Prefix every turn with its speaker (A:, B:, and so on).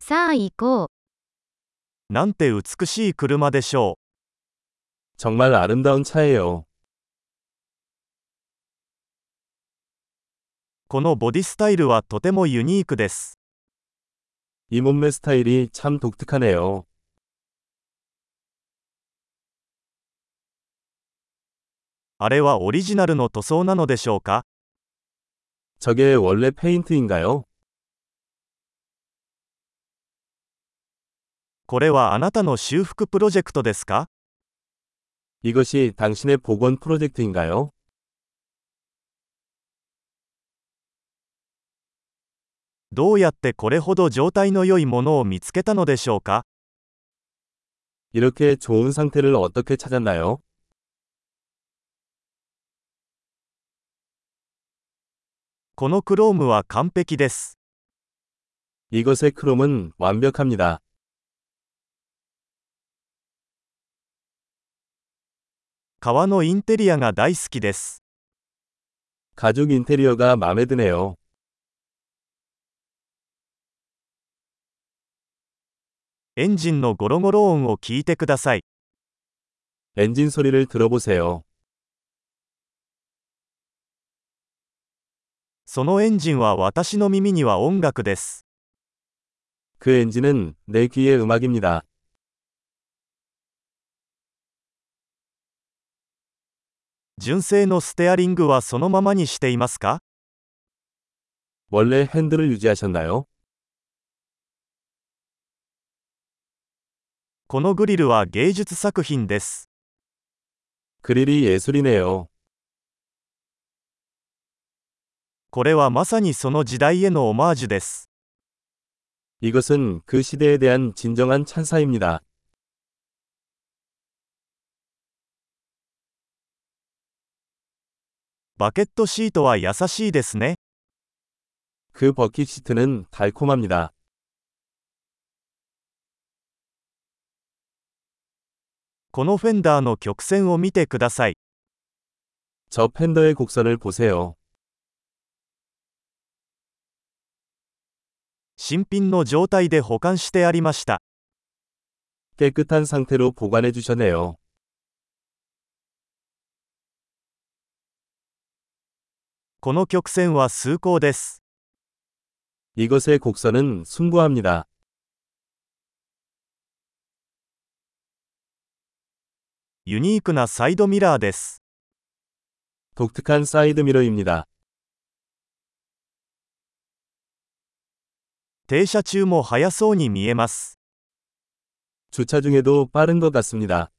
A: さあ行こう。
B: なんて美しい車でしょ
C: 정말 아름다운 차예요.
B: う。このボディスタイルはとてもユニークです。
C: 이 몸매 스타일이 참 독특하네요.
B: あれはオリジナルの塗装なのでしょうか
C: 저게 원래 페인트인가요?
B: これはあなたの修復プロジェクトですか
C: 이것이 당신의 복원 프로젝트인가요?
B: どうやってこれほど状態の良いものを見つけたのでしょうか
C: 이렇게 좋은 상태를 어떻게 찾았나요?
B: このクロームは完璧です。
C: 이것의 크롬은 완벽합니다.
B: 革のインテリアが大好きです。
C: 가죽 인테리어가 마음에 드네요.
B: エンジンのゴロゴロ音を聞いてください。
C: 엔진 소리를 들어보세요.
B: そのエンジンは私の耳には音楽です。
C: 그 엔진은 내 귀의 음악입니다.
B: 純正のステアリングはそのままにしていますか
C: 원래 핸들을 유지하셨나요?
B: このグリルは芸術作品です。
C: 그릴이 예술이네요.
B: これはまさにその時代へのオマージュです。
C: 이것은 그 시대에 대한 진정한 찬사입니다.
B: バケットシートは優しいですね。
C: 그 버킷 시트는 달콤합니다.
B: このフェンダーの曲線を見てください。
C: 저 팬더의 곡선을 보세요.
B: 新品の状態で保管してありました。
C: 깨끗한 상태로 보관해 주셨네요.
B: この曲線は崇高です。
C: 이것의 곡선은 숭고합니다.
B: ユニークなサイドミラーです。
C: 독특한 사이드미러입니다.
B: 停車中も速そうに見えます。
C: 주차 중에도 빠른 것 같습니다.